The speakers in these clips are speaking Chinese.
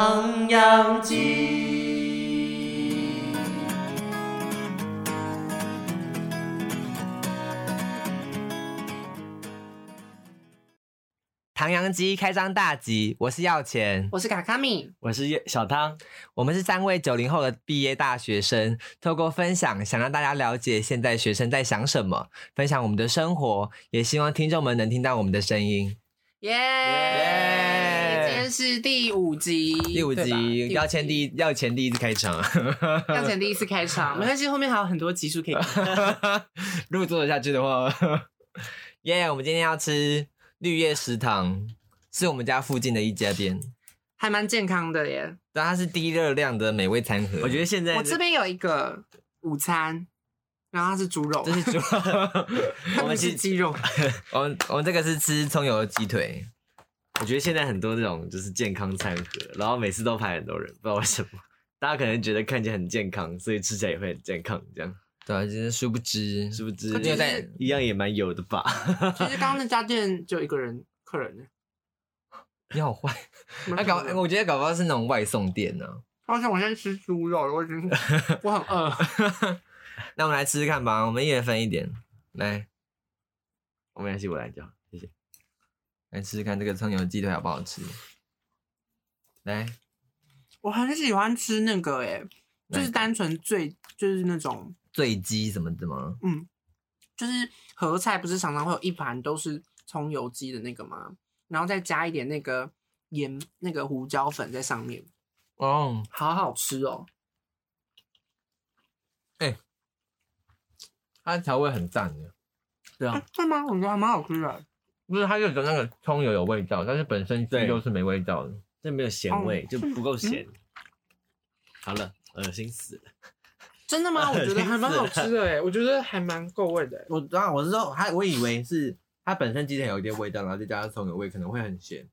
唐扬鸡。唐扬鸡开张大吉！我是要钱，我是卡卡米，我是叶小汤，我们是三位九零后的毕业大学生，透过分享，想让大家了解现在学生在想什么，分享我们的生活，也希望听众们能听到我们的声音。耶、耶今天是第五集，第五集要签第一要钱第一次开 场啊，要前第一次开场，没关系，后面还有很多 集数可以听。如果做得下去的 话，耶、我们今天要吃绿叶食堂，是我们家附近的一家店，还蛮健康的耶。但它是低热量的美味餐盒。我觉得现在我这边有一个午餐，然后它是猪肉，这 是主，它我不 们是是， 鸡肉，我们我们这个是吃葱油鸡腿，我觉得现在很多这种就是健康餐盒，然后每次都排很多人，不知道为什么。大家可能觉得看起来很健康，所以吃起来也会很健康，这样对啊，就是殊不知，是不它是？只有在一样也蛮有的吧？其实刚刚那家店只有一个人客人，你好 坏，他搞，我觉得搞不好是那种外送店啊呢、而且我现在吃猪肉，我已 经我很饿。嗯那我们来吃吃看吧，我们一人分一点，来我没关系，我来就好，谢谢。来吃吃看这个葱油鸡腿好不好吃？来，我很喜欢吃那个诶，就是单纯最就是那种醉鸡什么的吗？嗯，就是合菜不是常常会有一盘都是葱油鸡的那个吗？然后再加一点那个盐、那个胡椒粉在上面，哦，好好吃哦。它的调味很赞的，对啊，对吗？我觉得还蛮好吃的。不是它就有那个葱油有味道，但是本身鸡对肉是没味道的。这没有哦咸味，就不嗯够咸。好了，恶心死了。真的吗？我觉得 还蛮好吃的哎，我觉得还蛮够味的诶。欸我当然我是说，它我以为是它本身鸡腿有一点味道，然后再加上葱油味可能会很咸，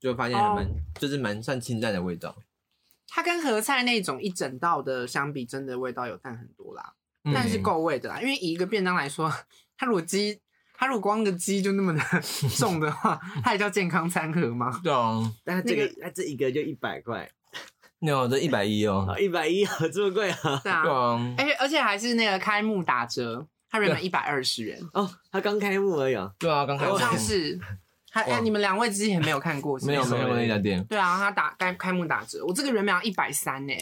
就发现还蛮、就是蛮算清淡的味道。 它跟合菜那种一整道的相比，真的味道有淡很多啦，嗯但是啊够味的啦。因为以一个便当来说，它如果鸡，它如果光个鸡就那么的 重的话，它也叫健康餐盒 吗？对啊，但它这个，它这一个就一百块，那这一百一哦啊，，一百一啊，这么贵啊！对啊对，啊，而且而且还是那个开幕打折，它原本一百二十元，哦，它刚开幕而已啊。对啊，刚开好像始是。还哇哎，你们两位之前没有看过是不没是？有没有那家店，对啊，它打开开幕打折，我这个原本要一百三呢，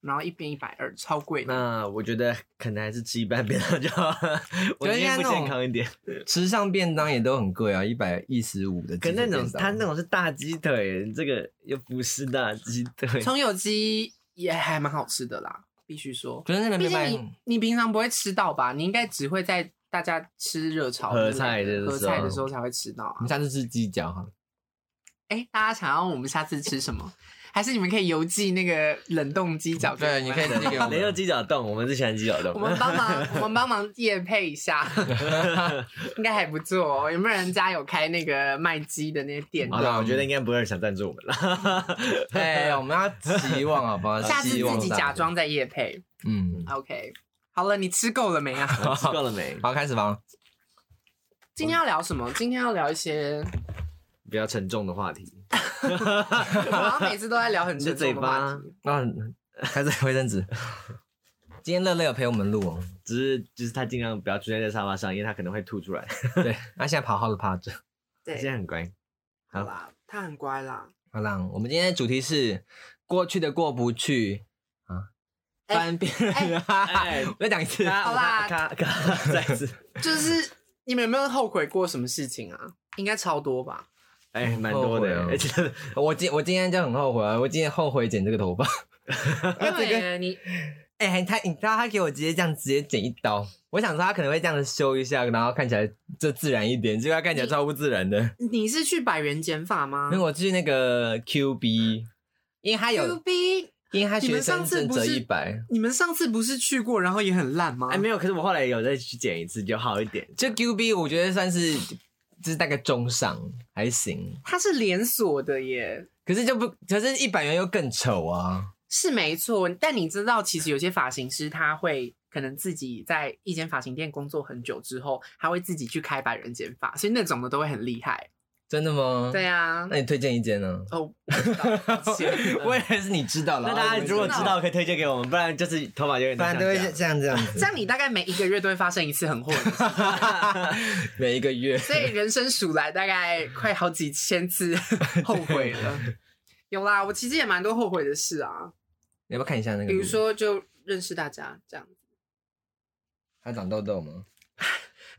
然后一边一百二，超贵的。那我觉得可能还是吃一半便当就好了，我可是觉得现在不那种健康一点。时尚便当也都很贵啊，一百一十五的可鸡腿那便当。种它那种是大鸡腿，这个又不是大鸡腿。葱油鸡也还蛮好吃的啦，必须说。可是那个毕没竟办你你平常不会吃到吧？你应该只会在大家吃热炒合菜的时候合菜的时候才会吃到我啊们。下次吃鸡脚哈，哎、大家想要我们下次吃什么？还是你们可以邮寄那个冷冻鸡脚给我们？对你可以寄给我们没有鸡脚冻，我们是喜欢鸡脚冻。 我们帮忙，我们帮忙夜配一下，应该还不错哦。有没有人家有开那个卖鸡的那些店？好了，我觉得应该不会有人想赞助我们了。哎，我们要希望好不好？ 下次希望自己大家假，装在夜配。嗯， OK，好了，你吃够了没啊？ 吃够了没？好，开始吧。今天要聊什么？今天要聊一些，比较沉重的话题，我好像每次都在聊很你的沉嘴重的话巴题。那开始卫生纸。今天乐乐有陪我们录 哦，只是就是他尽量不要出现在沙发上，因为他可能会吐出来。对，他现在好好的趴着。他现对，在很乖，好啦，他很乖啦。好啦，我们今天的主题是过去的过不去啊，哎翻遍了。哎 我再讲一次，好啦咔咔，再一 次，就是你们有没有后悔过什么事情啊？应该超多吧？哎，蛮多后，的悔哦而且 我今我今天就很后悔啊，我今天后悔剪这个头发。 因为你哎、他你知道他给我直接这样直接剪一刀，我想说他可能会这样修一下，然后看起来就自然一点，结果他看起来超不自然的。你是去百元剪发吗因为我去那个 Q B，因为他？Q 有， B，因为他你学们生上次证不折是一百，你们上次不是去过，然后也很烂吗？哎没有，可是我后来有再去剪一次，就好一点。就 Q B 我觉得算是就是大概中上还行，它是连锁的耶，可是就不，可是一百元又更丑啊。是没错。但你知道，其实有些发型师他会可能自己在一间发型店工作很久之后，他会自己去开百人剪发，所以那种的都会很厉害。真的吗？对啊那，你推荐一间呢？哦，我知道抱歉 我以为是你知道了。那大家如果知道，可以推荐给我们，不然就是头发有点不然像都这会样。，这样这样子，这样你大概每一个月都会发生一次很火的事， 每一个月。所以人生数来大概快好几千次后悔了。有啦，我其实也蛮多后悔的事啊，你要不要看一下那个？比如，说就认识大家这样。他长痘痘吗？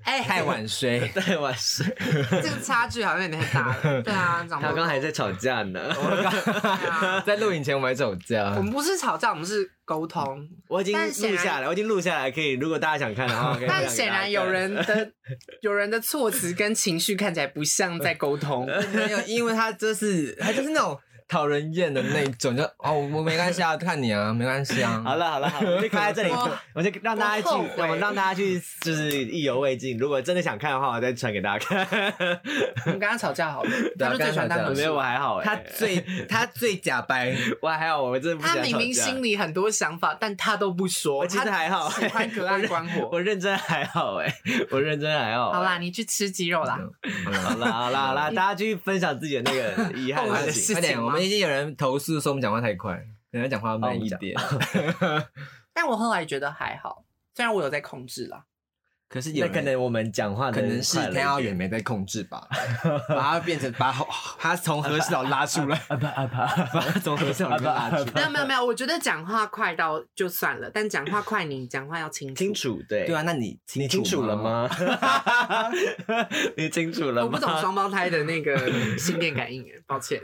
哎、太晚睡 对，我是。这个差距好像有点太大了。对啊，长他刚刚还在吵架呢，对啊在录影前我还吵架 我。们不是吵架，我们是沟通。 我已经但显录然下来，我已经录下来，可以。如果大家想看的 话，可以分享但给大家显然有人的 有人的措辞跟情绪看起来不像在沟 通。没有，因为他就是他就是那种讨人厌的那种，就哦，我没关系啊， 看你啊，没关系啊。好，了好了好了，我就开在这里我，我就让大家我后去悔，我们让大家去，就是意犹未尽。如果真的想看的话，我再传给大家看。我们刚刚吵架好了，对他啊就最喜欢刚刚吵当架老 没师有，我还好欸，他最他最假掰，我还好，我真的不喜他欢明明吵架心里很多想法，但他都不说。我其实还好他喜欢隔岸观火。我认真还好哎，我嗯认真还好欸。好啦，你去吃鸡肉啦。嗯好啦好啦好啦，大家去分享自己的那个遗憾后悔的的事事情。快情点，吗我们已经有人投诉说我们讲话太快，可能要讲话慢哦一点。但我后来觉得还好，虽然我有在控制 啦。可是有那人可能我们讲话可能是太天耀远没在控制吧，把它变成把他从何时岛拉出来，啊啪啊啪，把他从何时岛拉出来。没有没有没有，我觉得讲话快到就算了，但讲话快你讲话要清楚。清楚对对啊，那你你清楚了？吗？ 你清楚了吗？我不懂双胞胎的那 个心电感应耶，抱歉。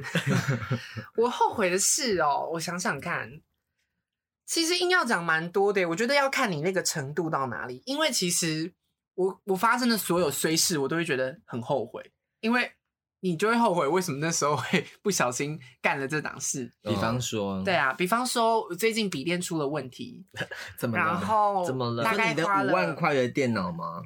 我后悔的事哦，我想想看，其实硬要讲蛮多的耶，我觉得要看你那个程度到哪里，因为其实我我发生的所有衰事，我都会觉得很后悔，因为你就会后悔为什么那时候会不小心干了这档事。比嗯方说，对，啊，比方说最近笔电出了问题，怎么了？然后怎么了大是概你的花了五万，块的电脑 吗？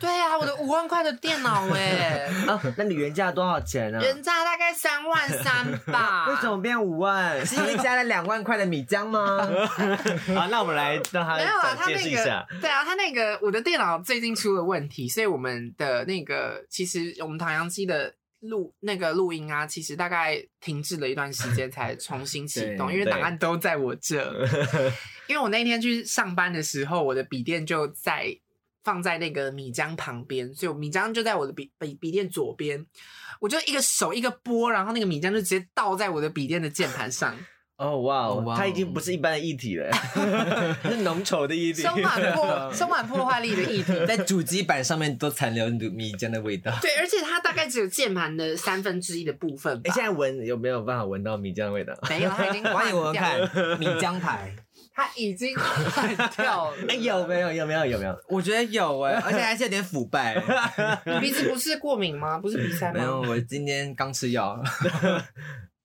对啊，我的五万块的电脑哎、啊，那你原价多少钱呢、人价大概三万三吧。嗯 为什么变五万？是因为加了两万块的米浆吗？ 好，那我们来让他没有啊？讲他解释那一下个。对啊，他那个我的电脑最近出了问题，所以我们的那个其实我们唐扬鸡的录那个录音啊，其实大概停滞了一段时间 才重新启动，对因为对档案都在我 这。因为我那天去上班的时候，我的笔电就在放在那个米浆旁边，所以我米浆就在我的笔笔笔电左边。我就一个手一个拨，然后那个米浆就直接倒在我的笔电的键盘上，哦哇哦哇哦，哦他已经不是一般的议题了，欸 是浓稠 的议题。充 满破充满破坏力的议题。 在主机板上面都残留米浆的味道。对，而且它大概只有键盘的三分之一的部分哎、吧。现在闻有没有办法闻到米浆的味道？没 有，它已经我换以为我掉看了，米浆 牌，它已经换掉 了。哎、有没有？有没有？有没有？欸我觉得有哎、而且还是有点腐败。 你鼻子不是过敏吗？不是鼻塞没有，吗？我今天刚吃药，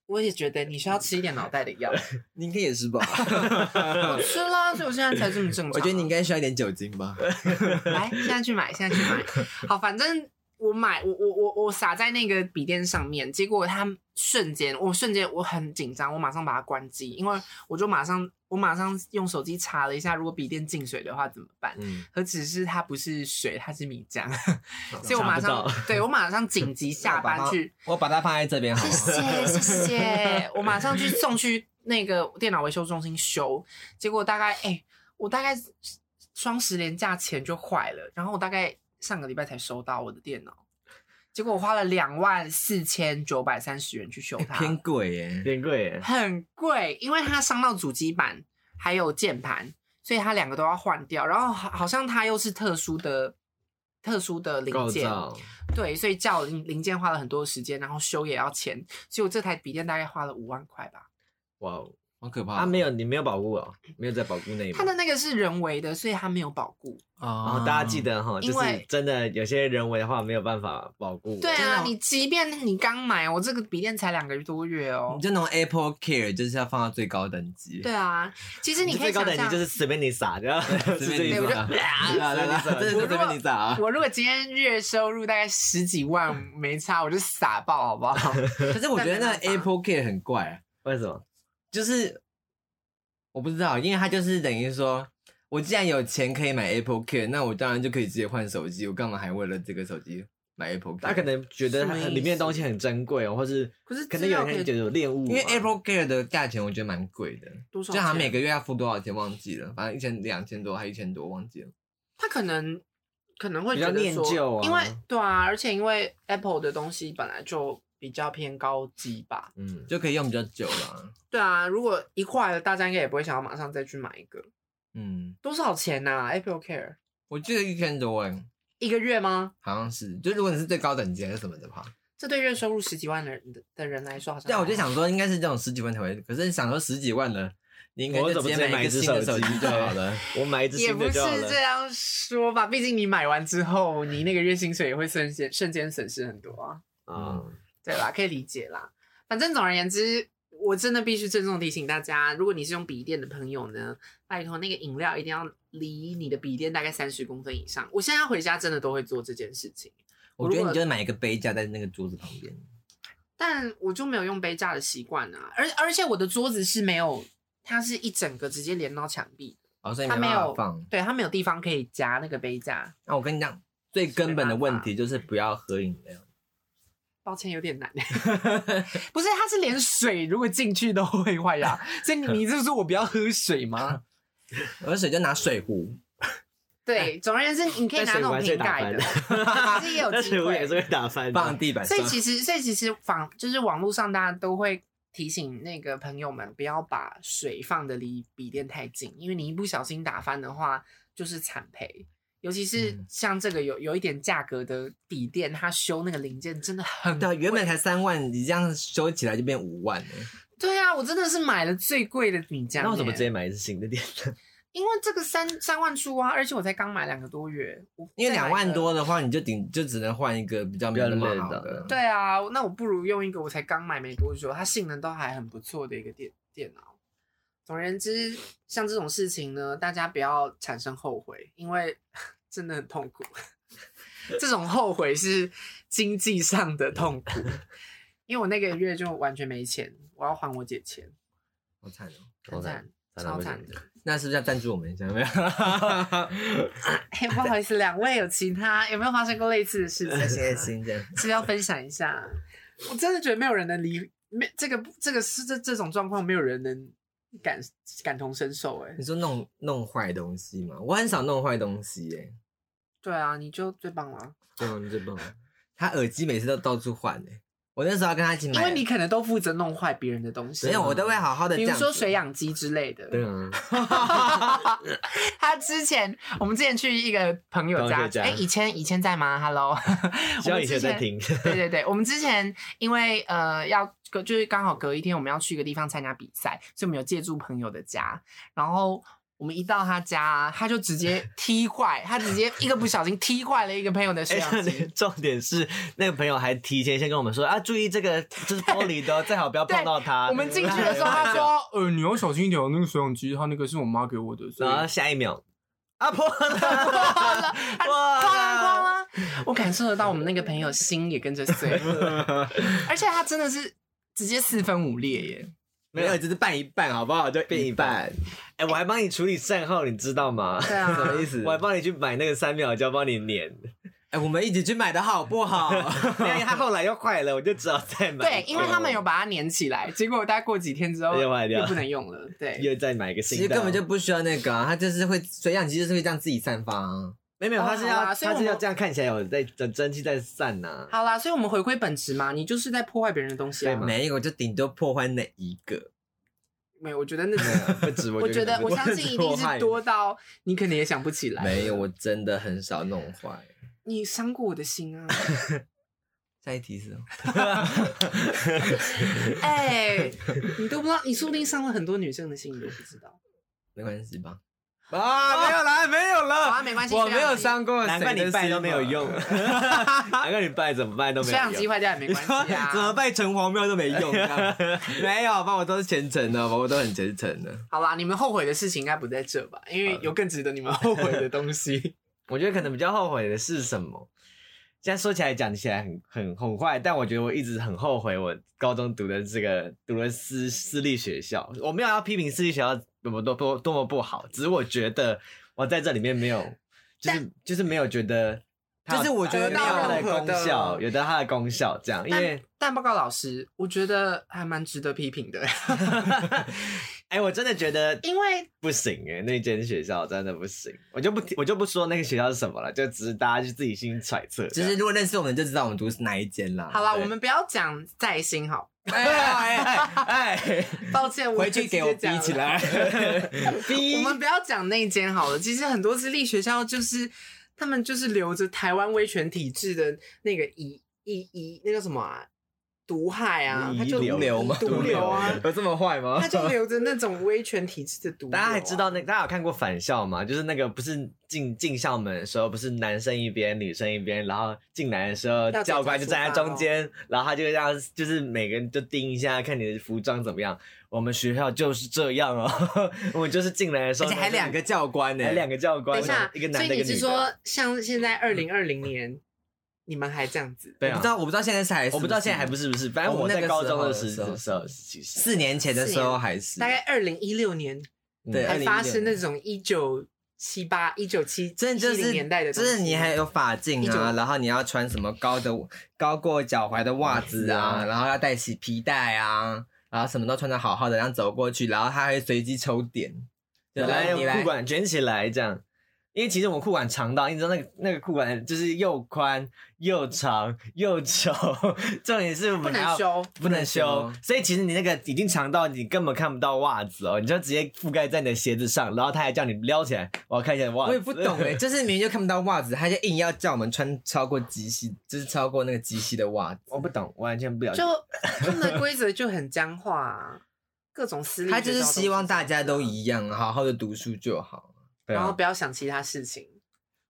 我也觉得你需要吃一点脑袋的药。 你应该也是 吧？我吃啦，所以我现在才这么正常啊。我觉得你应该需要一点酒精吧。 来，现在去买，现在去买。好，反正我买，我我我我撒在那个笔电上面，结果它瞬间，我瞬间我很紧张，我马上把它关机，因为我就马上我马上用手机查了一下，如果笔电进水的话怎么办？嗯，可只是它不是水，它是米浆， 所以我哦查马不上到对我马上紧急下 班去，我把它放在这边好谢了。谢谢谢，我马上去送去那个电脑维修中心修，结果大概哎、我大概双十连假前就坏了，然后我大概上个礼拜才收到我的电脑，结果我花了两万四千九百三十元去修它，哎偏贵欸耶。变贵耶。很贵，因为它伤到主机板还有键盘，所以它两个都要换掉。然后好好像它又是特殊的、特殊的零构件，造对，所以叫零零件花了很多时间，然后修也要钱，所以我这台笔电大概花了五万块吧。哇哦，好可怕啊没有，你没有保护哦，没有在保护内吗它的那个是人为的，所以它没有保固。哦哦，大家记，得哈，就因为是真的有些人为的话没有办法保护。对真的啊，哦你即便你刚买，我这个笔电才两个多月哦你。就那种 Apple Care 就是要放到最高等级。对啊，其实你可最以高想等级象，就是随便你撒，然后 是这意随思便你对，我撒就吗。啊，来来来，真的是随便你咋啊。 我如果今天月收入大概十几万，没差，我就撒爆，好不 好？可是我觉得那但没办法 Apple Care 很怪啊，为什么？就是我不知道，因为它就是等于说，我既然有钱可以买 Apple Care，那我当然就可以直接换手机，我干嘛还为了这个手机买 Apple，大家可 Care 能觉得它什么意思里面的东西很珍贵哦，或是可是可资能有料人可以会觉得有恋物嘛，因为 Apple Care 的价钱我觉得蛮贵的，多少就钱？好像每个月要付多少钱忘记了，反正一千两千多还一千多忘记了。他可能可能会比觉较得念说旧啊因为对啊，而且因为 Apple 的东西本来就比较偏高级吧，嗯，就可以用比较久了。对啊，如果一坏了，大家应该也不会想要马上再去买一个。嗯，多少钱呐、a p p l e Care 我记得一千多哎，一个月吗？好像是。就如果你是最高等级还是什么的话，这对月收入十几万的人的的人来说，好像啊啊但我 就还好想说应该是这种十几万才会，可是想说十几万了，你应该我就怎直接么直接买买一一个只新的手手机机就好了。我买一只也新不的是就好了。这样说吧，毕竟你买完之后，你那个月薪水也会瞬间瞬间损失很多啊。嗯啊，对啦，可以理解啦。反正总而言之，我真的必须郑重提醒大家，如果你是用笔电的朋友呢，拜托那个饮料一定要离你的笔电大概三十公分以上。我现在回家真的都会做这件事情，我觉得你就买一个杯架在那个桌子旁边，但我就没有用杯架的习惯啊。而而且我的桌子是没有，它是一整个直接连到墙壁，好像它哦没没办法有放。对，它没有地方可以夹那个杯架。那我跟你讲，最根本的问题就是不要喝饮料。抱歉，有点难。不是，它是连水如果进去都会坏呀、所以你你是说我不要喝水吗？而且就拿水壶，对，总而言之，你可以拿那种瓶盖的，其实也有但机是 我也是会。会打翻放的。地板所上以。其实，所以其实仿就是网络上大家都会提醒那个朋友们，不要把水放的离笔电太近，因为你一不小心打翻的话，就是惨赔。尤其是嗯像这个有有一点价格的笔电，它修那个零件真的很对啊，原本才三万，你这样收起来就变五万了。对啊，我真的是买了最贵的米浆耶。那我怎么直接买一只新的电脑？因为这个三三万出啊，而且我才刚买两个多月，我因为再买两一万个。多的话，你就顶就只能换一个比较没有那么好比较累的的。对啊，那我不如用一个我才刚买没多久，它性能都还很不错的一个电电脑。总而言之，像这种事情呢，大家不要产生后悔，因为真的很痛苦。这种后悔是经济上的痛苦，因为我那个月就完全没钱，我要还我姐钱，好惨哦。很惨，到超不惨行的。那是不是要赞助我们一下？没有，哎、不好意思，两位有其他有没有发生过类似的事 情？谢谢新这样。是不是要分享一下。 我真的觉得没有人能理，没这个这个是这这种状况，没有人能感感同身受。哎你，说弄弄坏东西嘛？我很少弄坏东西耶、对啊，你就最棒了，对啊吗？你最棒了。他耳机每次都到处换哎、我那时候要跟他一起买，因为你可能都负责弄坏别人的东西。没有，我都会好好的。比如说水，养鸡之类的。对嗯啊，他之前我们之前去一个朋友朋家友，家哎、以前以前在吗？Hello，希我望们以之前在前听。对对对，我们之前因为呃要隔就是刚好隔一天我们要去一个地方参加比赛，所以我们有借住朋友的家，然后。我们一到他家，他就直接踢坏，他直接一个不小心踢坏了一个朋友的水哎，养重机点。 重点是那个朋友还提前先跟我们说啊，注意这个 这是玻璃的哦，最好不要碰到它。我们进去的时候，他说：“呃，你要小心一点哦，那个水养机，它那个是我妈给我的，所以然后下一秒，啊破了，破了，哇哐啦哐啦！”我感受得到，我们那个朋友心也跟着碎了，而且他真的是直接四分五裂耶。没有，只是拌一拌好不好？就变一半， 哎，我还帮你处理善后，你知道吗？对啊，什么意思？我还帮你去买那个三秒胶，帮你粘。哎、我们一起去买的好不 好？因为它后来又坏了，我就只好再买对一，个。因为他们有把它粘起来，结果大概过几天之后又坏掉又不能用了。对，又再买一个其新的，实根本就不需要那个啊、它就是会水氧机就是会这样自己散发、啊。没有没有，哦它是好要啦所以我它们是要这样看起来有在蒸蒸汽在散呐。好啦，所以我们回归本质嘛，你就是在破坏别人的东西啊。没有，就顶多破坏那一个。没有，我觉得那个，不止，我觉得我相信一定是多到你可能也想不起来。没有，，我真的很少弄坏。你伤过我的心啊！下一题是什么？哎，你都不知道，你说不定伤了很多女生的心，你都不知道。没关系吧？啊，没有啦，没有好啊，了，没关系，我没有伤过谁的难心嘛，怪你拜都没有用， 难怪你拜怎么拜都没水氧有机用。坏掉也没你关说系 啊。怎么拜城隍庙都没用，这样没有，吧？我都是虔诚的，吧我都很虔诚的。好啦，你们后悔的事情应该不在这吧？因为有更值得你们后悔的东西。我觉得可能比较后悔的是什么？现在说起来讲起来很很很坏，但我觉得我一直很后悔，我高中读的这个读了私私立学校，我没有要批评私立学校多么多多多么不好，只是我觉得我在这里面没有，就是就是没有觉得它有就是我觉得有它没有的功任何效，的有的它的功效，这样，因为但但报告老师，我觉得还蛮值得批评的， 哎、我真的觉得因为不行哎、那间学校真的不行，我就不我就不说那个学校是什么了，就只是大家就自己心里揣测 就这样。是如果认识我们，就知道我们读哪一间啦。好啦，对我们不要讲在心好，哎哎哎哎，抱歉， 回去给我逼逼起。 来。 我们不要讲那间好了，其实很多私立学校就是他们就是留着台湾威权体制的那个遗遗遗那个什么啊毒害啊，他就遗留吗？毒瘤啊，有这么坏吗？他就留着那种威权体制的毒瘤啊、大家还知道那大家有看过返校吗？就是那个不是进进校门的时候，不是男生一边女生一边，然后进来的时候要检查教官就站在书包中间，然后他就让就是每个人就盯一下，看你的服装怎么样。我们学校就是这样哦， 我们就是进来的时而候且还两个教官呢，还两个教官，啊等一下，一个男所的以一你个女是的。说像现在二零二零年，你们还这样子？对我啊不知，道，我不知道现在是还是我不知道现在还不是不是，反正我我们那在个高时中候的的时时候时候其实四年前的时候还是大概二零一六年嗯嗯对还2016发生那种一九七八、一九七真的就是年代的就东西，是你还有发一镜九啊，然后你要穿什么高的高过脚踝的袜子啊，嗯然后要带起皮带啊，然后什么都穿的好好的，然后走过去，然后他还会随机抽点，就来来你用裤来，管卷起来这样。因为其实我们裤管长到，你知道那个那个裤管就是又宽又长又丑， 重点是我不们还能要修。不能修，所以其实你那个已经长到你根本看不到袜子哦，你就直接覆盖在你的鞋子上，然后他还叫你撩起来，我要看一下袜子。我也不懂哎、欸就是明明就看不到袜子，他就硬要叫我们穿超过及膝，就是超过那个及膝的袜子。 我不懂，完全不了解就。他们的规则就很僵化、啊，各种私立，他就是希望大家都，一样，好好的读书就好。啊对然后啊，不要想其他事情。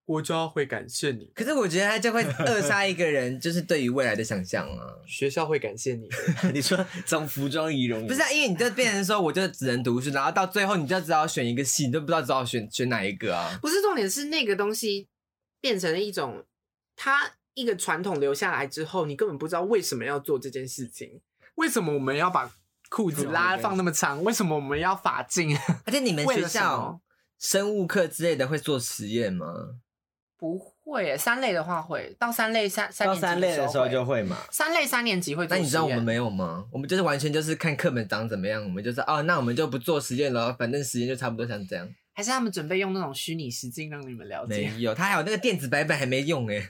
国家会感谢你，可是我觉得他就会扼杀一个人，就是对于未来的想象啊。学校会感谢你。 你说从服装仪容不是、啊，因为你就变成说，我就只能读书，然后到最后你就只好选一个系，你都不知道只好选选哪一个啊。不是重点是那个东西变成了一种，它一个传统留下来之后，你根本不知道为什么要做这件事情，为什么我们要把裤子拉放那么长，为什么我们要法镜？而且你们啊为学了什校么生物课之类的会做实验吗？不会耶，三类的话会到三类三三到年级三类的时候就会嘛，三类三年级会做那实验。你知道我们没有吗？我们就是完全就是看课本长怎么样，我们就是哦，那我们就不做实验了，反正实验就差不多像这样。还是他们准备用那种虚拟实境让你们了解？没有，他还有那个电子白板还没用哎、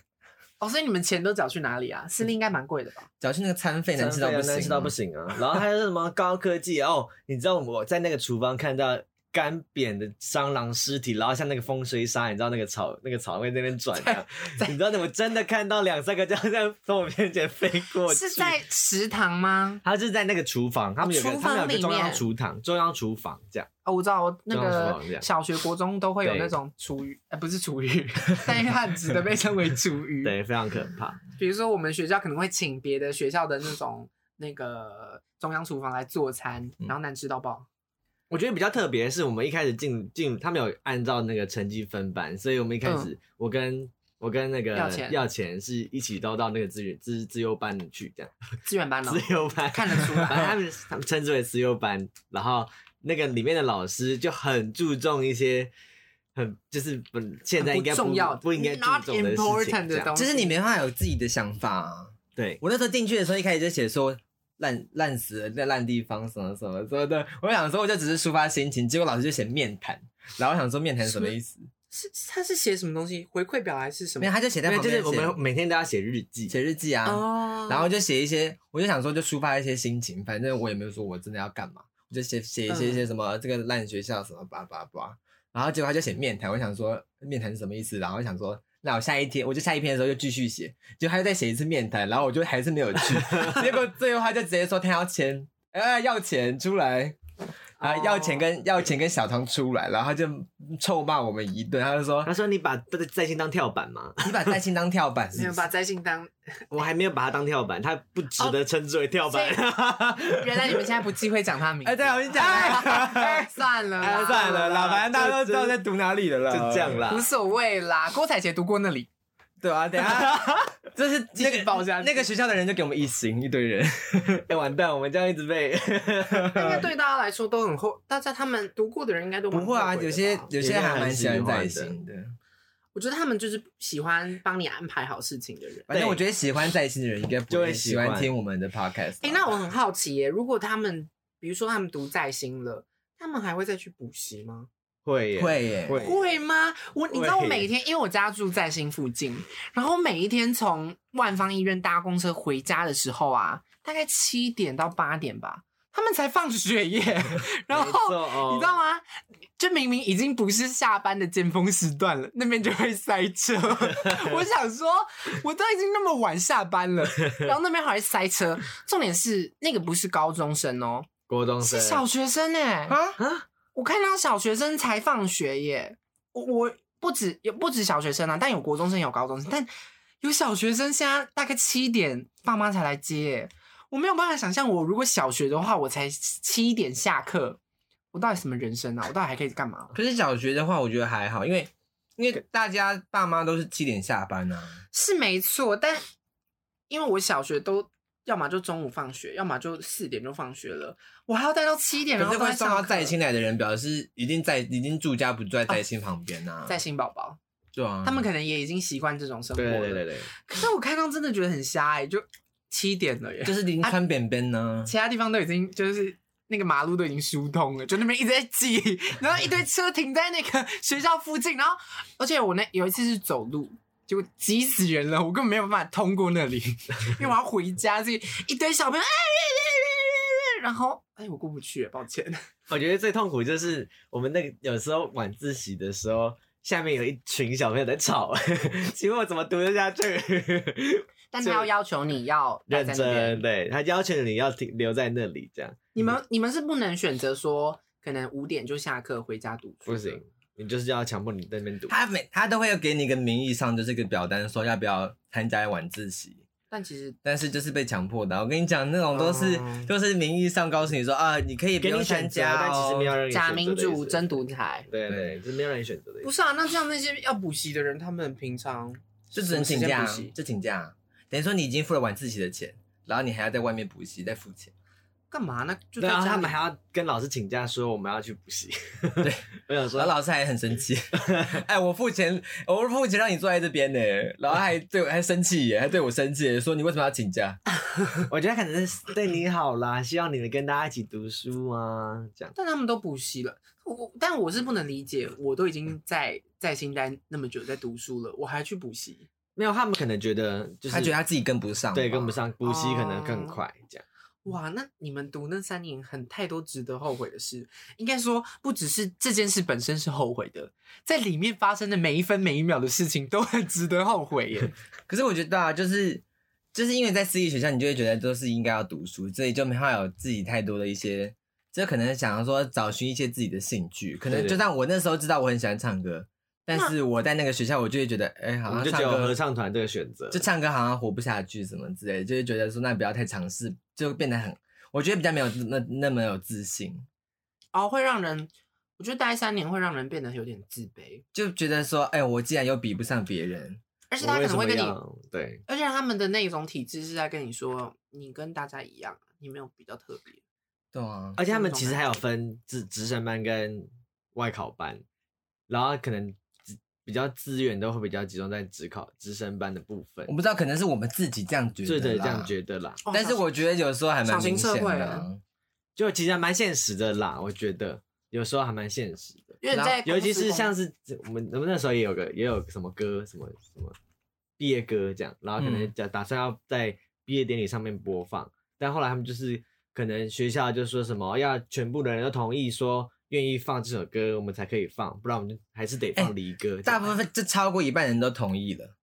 哦，所以你们钱都缴去哪里啊？私立应该蛮贵的吧？只要去那个餐费难吃到不真行，的难吃到不。行啊！然后还有什么高科技哦？你知道我在那个厨房看到干扁的蟑螂尸体，然后像那个风吹沙，你知道那个草那个草会在那边转 啊，你知道我真的看到两三个这样这样从我面前飞过去。是在食堂吗？他就是在那个厨房，他们有个厨他房们有个中里央面厨堂，中央厨房这样。哦，我知道，我那中央厨个房这样小学、国中都会有对那种厨余，呃，不是厨余， 但因为它很值得被称为厨余。，对，非常可怕。比如说我们学校可能会请别的学校的那种那个中央厨房来做餐，嗯然后难吃到爆。我觉得比较特别的是，我们一开始进进，他们有按照那个成绩分班，所以我们一开始，我跟我跟那个嗯要钱要钱是一起都到那个资源资资优班去，这样资源班了，哦资优班，看得出来反正他们他们称之为资优班，然后那个里面的老师就很注重一些。很就是不现在应该很不重要的不应该注 not 重的事 important 情，的这样东西就是你没办法有自己的想法、啊。对，我那时候进去的时候，一开始就写说烂烂死了，在烂地方什么什么什么的。我想说，我就只是抒发心情，结果老师就写面谈，然后我想说面谈什么意思？是他是写什么东西？回馈表还是什没么有，？他就写在因为旁就是边我们写每天都要写日记，写日记啊，嗯哦然后就写一些，我就想说就抒发一些心情，反正我也没有说我真的要干嘛，我就写写一些嗯一些什么这个烂学校什么叭叭叭。然后结果他就写面谈，我想说面谈是什么意思？然后我想说，那我下一天我就下一篇的时候就继续写，就他又再写一次面谈，然后我就还是没有 去，结果最后他就直接说他要钱，呃，要钱出来。啊，哦要钱跟要钱跟小唐出来，然后他就臭骂我们一顿，他就 说他说：“你把不是在线当跳板吗？ 你把在心当跳板是不没是，有把摘星当我还没有把它当跳板，它不值哦得称之为跳板。原来你们现在不忌讳讲他名字？哎，对，我跟你 讲，哎算了啦，哎，算了啦，反正大家都知道在读哪里了啦，就这样。啦无。所谓啦。郭采洁读过那里，对 啊，等一下，这是继续报下去那个学校的人就给我们一行一堆 人，哎、完蛋，我们这样一直 被应该对大家来说都很后，大家他们读过的人应该都蛮不会啊，后悔的吧有些有些还蛮喜欢在有些还心的，我觉得他们就是喜欢帮你安排好事情的人。反正我觉得喜欢在线的人应该不就会喜喜欢欢听我们的 podcast 啊。哎、那我很好奇耶，如果他们比如说他们读在新了，他们还会再去补习吗？会耶啊会耶会会吗？我你知道我会每天，因为我家住在新附近，然后每一天从万方医院搭公车回家的时候啊，大概七点到八点吧，他们才放学耶。 然后没错哦你知道吗？这明明已经不是下班的尖峰时段了，那边就会塞 车。我想说，我都已经那么晚下班 了，然后那边还塞车。重点是那个不是高中生哦，国中是生小学生哎、啊，我看到小学生才放学耶，我我不止有不止小学生啊，但有国中生有高中生，但有小学生现在大概七点爸妈才来接耶，我没有办法想象我如果小学的话，我才七点下课，我到底什么人生啊？我到底还可以干嘛？可是小学的话，我觉得还好，因为因为大家爸妈都是七点下班啊。是没错，但因为我小学都。要么就中午放学，要么就四点就放学了，我还要待到七哎点，然可后是会送到在新新来的人，表示一定在已经住家不住在在新旁边呐、啊。哦在新宝宝，对啊，他们可能也已经习惯这种生活对了。对对对对，可是我看到真的觉得很瞎哎、就七点了耶，就是已经穿扁扁啊呢、其他地方都已经就是那个马路都已经疏通了，就那边一直在挤，然后一堆车停在那个学校附近，然后而且我那有一次是走路。结果挤死人了，我根本没有办法通过 那里，因为我要回家，所以一堆小朋友，哎哎哎哎哎然后哎，我过不去，抱歉。我觉得最痛苦就是我们那个有时候晚自习的时候，下面有一群小朋友在吵， 请问我怎么读 得下去？但他要要求你要待认在那边真，对他要求你要停留在那里，这样你们你们是不能选择说可能五点就下课回家读书，不行，，你就是要强迫你在那边读。他每他都会给你一个名义上就是一个表单，说要不要参加晚自习，但其实但是就是被强迫的啊。我跟你讲，那种都是、哦就是名义上告诉你说啊，你可以不给用你参选择，加、哦，但其实没有让你假选择的民主意思真独裁。对对，就是没有让你选择的意嗯思。不是啊，那这样那些要补习的人，他们平常就只能请假什么时间补习，就请假。等于说你已经付了晚自习的钱，然后你还要在外面补习，再付钱。干嘛呢？就在然后家啊他里们还要跟老师请假，说我们要去补习。对， 我想然后说，老师还很生 气，哎，我付钱，我付钱让你坐在这边呢，然后还对我还生气耶，还对我生气耶，说你为什么要请假？我觉得可能是对你好啦，希望你们跟大家一起读书啊，这样。但他们都补习了。我我但我是不能理解，我都已经在在新单那么久在读书了，我还去补习，没有，他们可能觉得就是他觉得他自己跟不上，对跟不。上，补习可能哦更快，这样。哇！那你们读那三年很太多值得后悔的事，应该说不只是这件事本身是后悔的，在里面发生的每一分每一秒的事情都很值得后悔耶。 可是我觉得啊，就是就是因为在私立学校，你就会觉得都是应该要读书，所以就没办法有自己太多的一些，就可能想要说找寻一些自己的兴趣。可能对对就像我那时候知道我很喜欢唱歌，但是我在那个学校，我就会觉得，哎，嗯我好们像就唱只有合歌。唱团这个选择，就唱歌好像活不下去什么之类的，就会觉得说那不要太尝试，就变得很，我觉得比较没有自那那么有自信，哦，会让人，我觉得待三年会让人变得有点自卑，就觉得说，哎、我既然又比不上别人，而且我他可为什能会么跟你要对，而且他们的那种体制是在跟你说，你跟大家一样，你没有比较特别。对啊，而且他们其实还有分直直升班跟外考班，然后可能资比较资源都会比较集中在职考直升班的部分我，不知道，可能是我们自己这样觉得对啦，对，这样觉得啦，哦但是小我觉得有时候还蛮小型明社显会的啊啊，就其实还蛮现实的啦，我觉得有时候还蛮现实的。因为你在公尤其司是工像是我们我们那时候也有个也有什么歌什么什么毕业歌这样，然后可能嗯打打算要在毕业典礼上面播放，但后来他们就是可能学校就说什么要全部的人都同意说愿意放这首歌，我们才可以放，不然我们就还是得哎放离歌这样。大部分就超过一半人都同意了，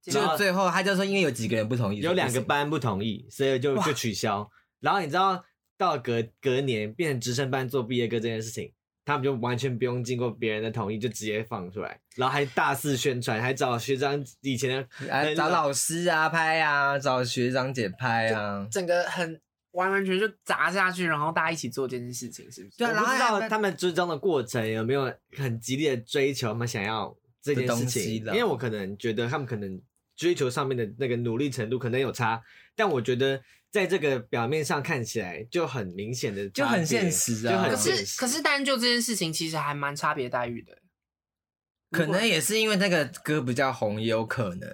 结就果最后他就说因为有几个人不同意，有两个班不同意，所以就就取消。然后你知道到隔隔年变成直升班做毕业歌这件事情。他们就完全不用经过别人的同意，就直接放出来，然后还大肆宣传，还找学长以前的所以不行，哎，找老师啊拍啊，找学长姐拍啊，整个很完完全全就砸下去，然后大家一起做这件事情，是不是？对啊我不然知后还道他们追踪的过程有没有很激烈的追求他们想要这件事的东西情，啦因为我可能觉得他们可能追求上面的那个努力程度可能有差，但我觉得在这个表面上看起来就很明显的，就很现实啊就可很现是实。可是单就这件事情，其实还蛮差别待遇的。如可果能也是因为那个歌比较红，也有可能，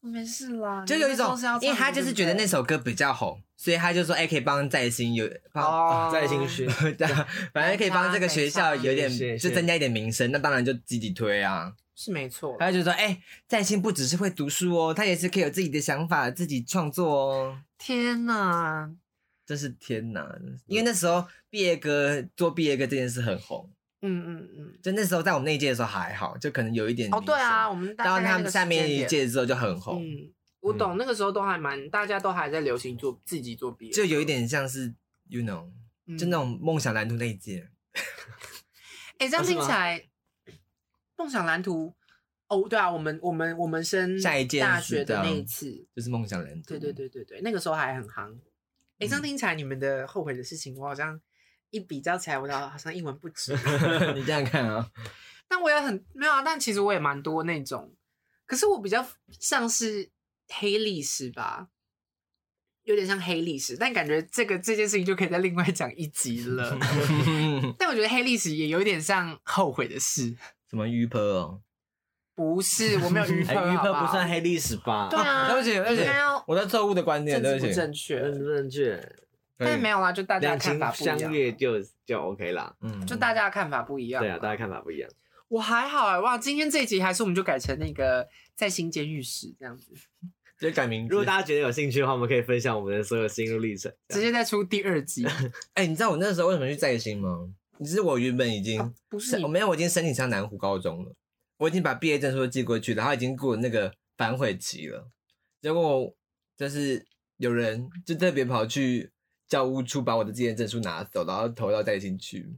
没事啦，就哦你有那一时候种是要，因为唱他的就对是不觉得对那首歌比较红，所以他就说，哎，可以帮在新有帮。 啊哦在心虚，反正可以帮这个学校有点是是就增加一点名声，那当然就积极推啊。是没错，他就说，哎、在新不只是会读书哦，他也是可以有自己的想法，自己创作哦。天哪，真是天哪！因为那时候毕业歌做毕业歌这件事很红，嗯嗯嗯，就那时候在我们那一届的时候还好，就可能有一点哦对啊，名我们声，大到概他那个们下时间面一点，届之后就很红，嗯，我懂，那个时候都还蛮，大家都还在流行做自己做毕业歌，就有一点像是 you know，嗯就那种梦想蓝图那一届。哎、这样哦是听起吗来，梦想蓝图哦，对啊，我们我们我们升下一届大是学这的那样一次，就是梦想蓝图，对对，对对对，那个时候还很夯。哎、嗯这样听起来，你们的后悔的事情，我好像一比较起来，我好像一文不 值。 你这样看啊， 但我也很没有啊，但其实我也蛮多那种，可是我比较像是黑历史吧，有点像黑历史，但感觉这个这件事情就可以再另外讲一集 了。但我觉得黑历史也有点像后悔的事，什么鱼婆哦，不是，我没有鱼哎盆，鱼好科好不算。黑历史吧？对啊，哦对不起对不起应该要我在错误的观念，政对治不不起，正确，认不正确，但没有啊啦，就大家两的看情法不一相悦样，就就 OK 啦。嗯就大家的看法不一样。对啊，大家看法不一样。我还好哎，哇，今天这一集还是我们就改成那个在新监狱室这样子，就改名字。如果大家觉得有兴趣的话，我们可以分享我们的所有心路历程。啊啊直接再出第二集，哎、你知道我那时候为什么去在新吗？其实我原本已经、不是申你我没有，我已经申请上南湖高中了，我已经把毕业证书寄过去，然后已经过那个反悔期了。结果就是有人就特别跑去教务处把我的毕业证书拿走，然后投到在新去。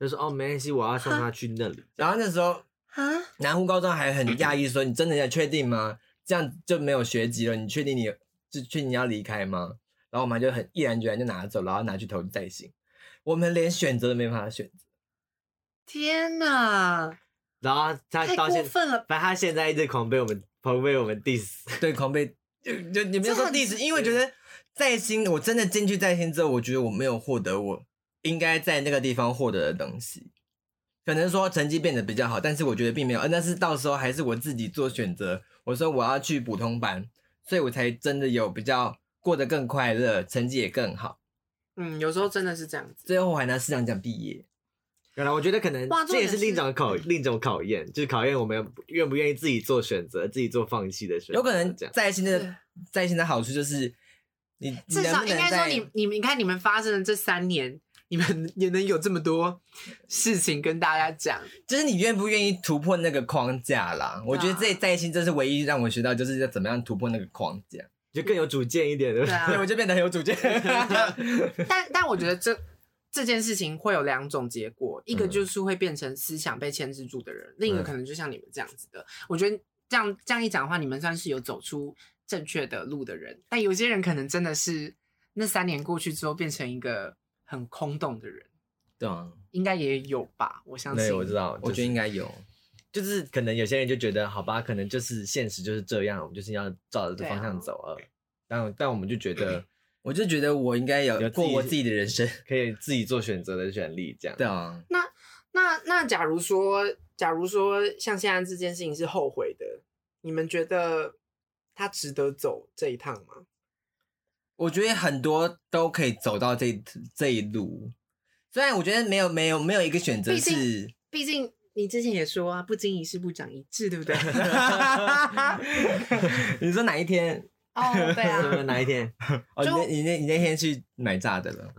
就说哦，没关系，我要送他去那 里。然后那时候啊，南湖高中还很讶异，说：“你真的要确定吗？这样就没有学籍了？你确定你就确定你要离开吗？”然后我们就很毅然决然就拿走，然后拿去投在新。我们连选择都没办法选择，天哪，然后他太到过现，分了，反正他现在一直狂被我们狂被我们 diss。对，狂被就就也没有这说很 diss，因为觉得在新，我真的进去在新之后，我觉得我没有获得我应该在那个地方获得的东西。可能说成绩变得比较好，但是我觉得并没有。呃但是到时候还是我自己做选择。我说我要去普通班，所以我才真的有比较过得更快乐，成绩也更好。嗯，有时候真的是这样子，最后我还拿市长奖毕业。 原来我觉得可能哇这也是重点是嗯另一种考另一种考验，就是考验我们愿不愿意自己做选择，自己做放弃的选择。有可能这样，在新对的在新的好处就是你，你至能少不应能该说在你你们你看你们发生的这三年，你们也能有这么多事情跟大家讲，就是你愿不愿意突破那个框架啦？我觉得啊这在新这是唯一让我学到，就是要怎么样突破那个框架。就更有主见一点，对不对 对？啊 对，，我就变得很有主见。但但我觉得这这件事情会有两种结果，一个就是会变成思想被牵制住的人，另一个可能就像你们这样子的。我觉得这样这样一讲的话，你们算是有走出正确的路的人，但有些人可能真的是那三年过去之后变成一个很空洞的人，对啊，应该也有吧？我相对，信，我知道，我觉得应该有。就是可能有些人就觉得，好吧，可能就是现实就是这样，我们就是要照着这对啊方向走啊。但但我们就觉得我就觉得我应该有有自过己我自己的人生。可以自己做选择的权利，这样。 对啊，那那假如说，假如说像现在这件事情是后悔的，你们觉得他值得走这一趟吗？我觉得很多都可以走到这这一路，虽然我觉得没有没有没有一个选择毕竟是， 毕竟你之前也说啊，不经一事不长一智，对不 对？你说哪一天？哦，对什么啊，哪一天？哦，你 就那你那你那天去买炸的了？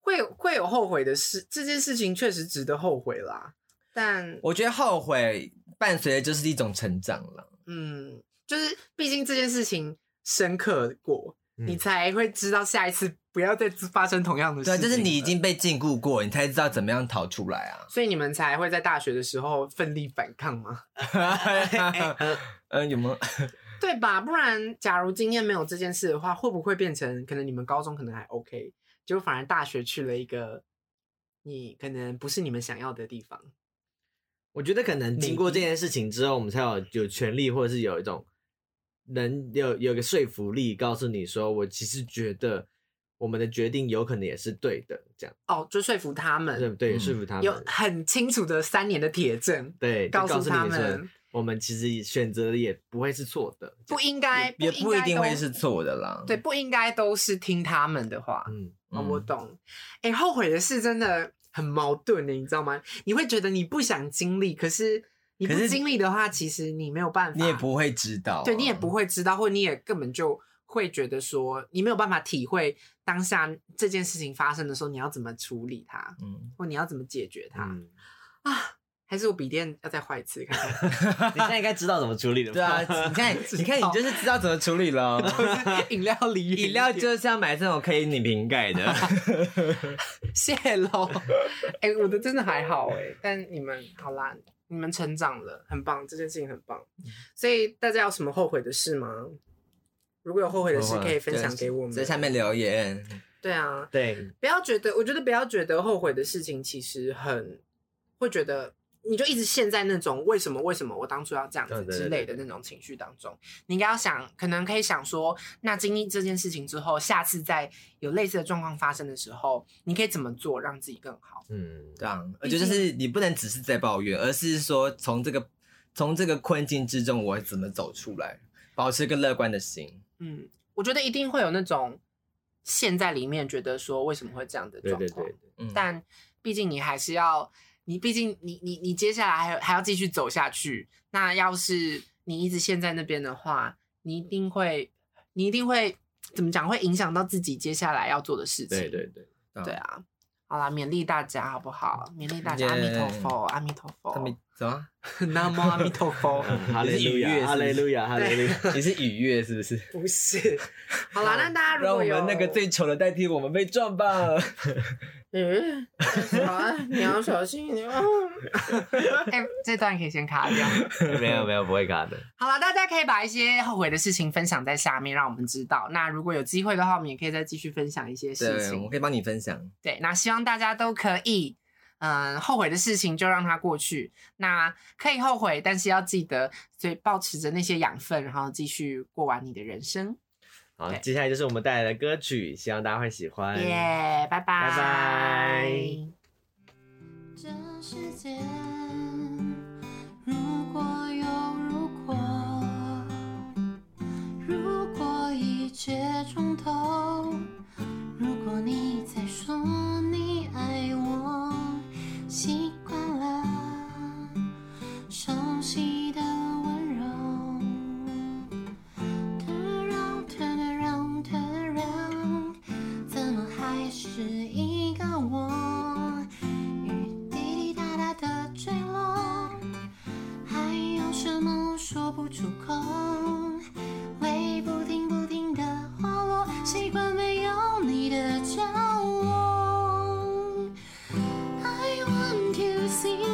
会有会有后悔的事，这件事情确实值得后悔啦。但我觉得后悔伴随的就是一种成长了。嗯，就是毕竟这件事情深刻过，嗯你才会知道下一次不要再发生同样的事对啊，情。就是你已。经 被禁锢过，你才知道怎么样逃出来啊。所以你们才会在大学的时候奋力反抗吗？呃嗯，有没有？ 对吧？不然，假如今天没有这件事的话，会不会变成可能你们高中可能还 OK，结果反而大学去了一个你可能不是你们想要的地方？ 我觉得可能经过这件事情之后，我们才有有权利，或者是有一种能有有个说服力，告诉你说，我其实觉得我们的决定有可能也是对的，这样哦，就说服他对们，对，嗯说服他有们，很清楚的三年的铁证，对，就告诉诉他你说们，我们其实选择的也不会是错的，这不样应该，也应不一该定都会是错的啦。对，，不应该都是听他们的话。嗯，哦，嗯我懂。哎、后悔的事真的很矛盾欸的，你知道吗？你会觉得你不想经历，可是你不可是经历的话，其实你没有办法，你也不会知道啊、对你也不会知道，或你也根本就会觉得说，你没有办法体会当下这件事情发生的时候，你要怎么处理它，嗯，或你要怎么解决它、嗯 啊？还是我笔电要再坏一次看看？你现在应该知道怎么处理了吧，对啊， 你看，你看，你就是知道怎么处理了。就是饮料离哦 远一饮料点就是要买这种可以拧瓶盖 的，谢喽。 哎、我的真的还好哎、但你们好啦，你们成长了，很棒，这件事情很棒。所以大家有什么后悔的事吗？如果有后悔的事，可以分享给我们。在下面留言。对啊， 对，不要觉得，我觉得不要觉得后悔的事情其实很会觉得。你就一直陷在那种为什么为什么我当初要这样子对对对之类的那种情绪当中，你应该要想，可能可以想说，那经历这件事情之后，下次再有类似的状况发生的时候，你可以怎么做让自己更好？嗯，对啊，我觉得就是你不能只是在抱怨，而是说从这个从这个困境之中，我怎么走出来，保持一个乐观的心。嗯，我觉得一定会有那种陷在里面，觉得说为什么会这样的对状对况。对，嗯，但毕竟你还是要，你毕竟你你你接下来还有还要继续走下去。那要是你一直陷在那边的话，你一定会，你一定会怎么讲？会影响到自己接下来要做的事情。对对对，对嗯啊。好啦，勉励大家好不好？勉励大家，耶阿弥陀佛，阿弥陀他们佛，怎么？ 南无阿弥陀佛。 嗯哈利路你是愉悦是不亚，是哈利路亚，哈利路亚，你是愉悦是不 是？不是，好啦，那大家如让我果有们那个最丑的代替我们被撞吧。 嗯，啊，你要小心你啊！哎、这段可以先卡掉。 没有没有不会卡的，好了，大家可以把一些后悔的事情分享在下面，让我们知道。那如果有机会的话，我们也可以再继续分享一些事对，我情。可以帮你分享。对，那希望大家都可以，嗯，后悔的事情就让它过去。那可以后悔，但是要记得，所以保持着那些养分，然后继续过完你的人生。好，对接下来就是我们带来的歌曲，希望大家会喜欢，耶、拜拜拜哎拜这世间如果有如果，如果一切从头，如果你在说你爱我，习惯了熟悉的温柔。Turn around, turn around, turn around，怎么还是一个我？雨滴滴答答的坠落，还有什么说不出口？会不停不停的滑落，习惯没有你的角落。I want to see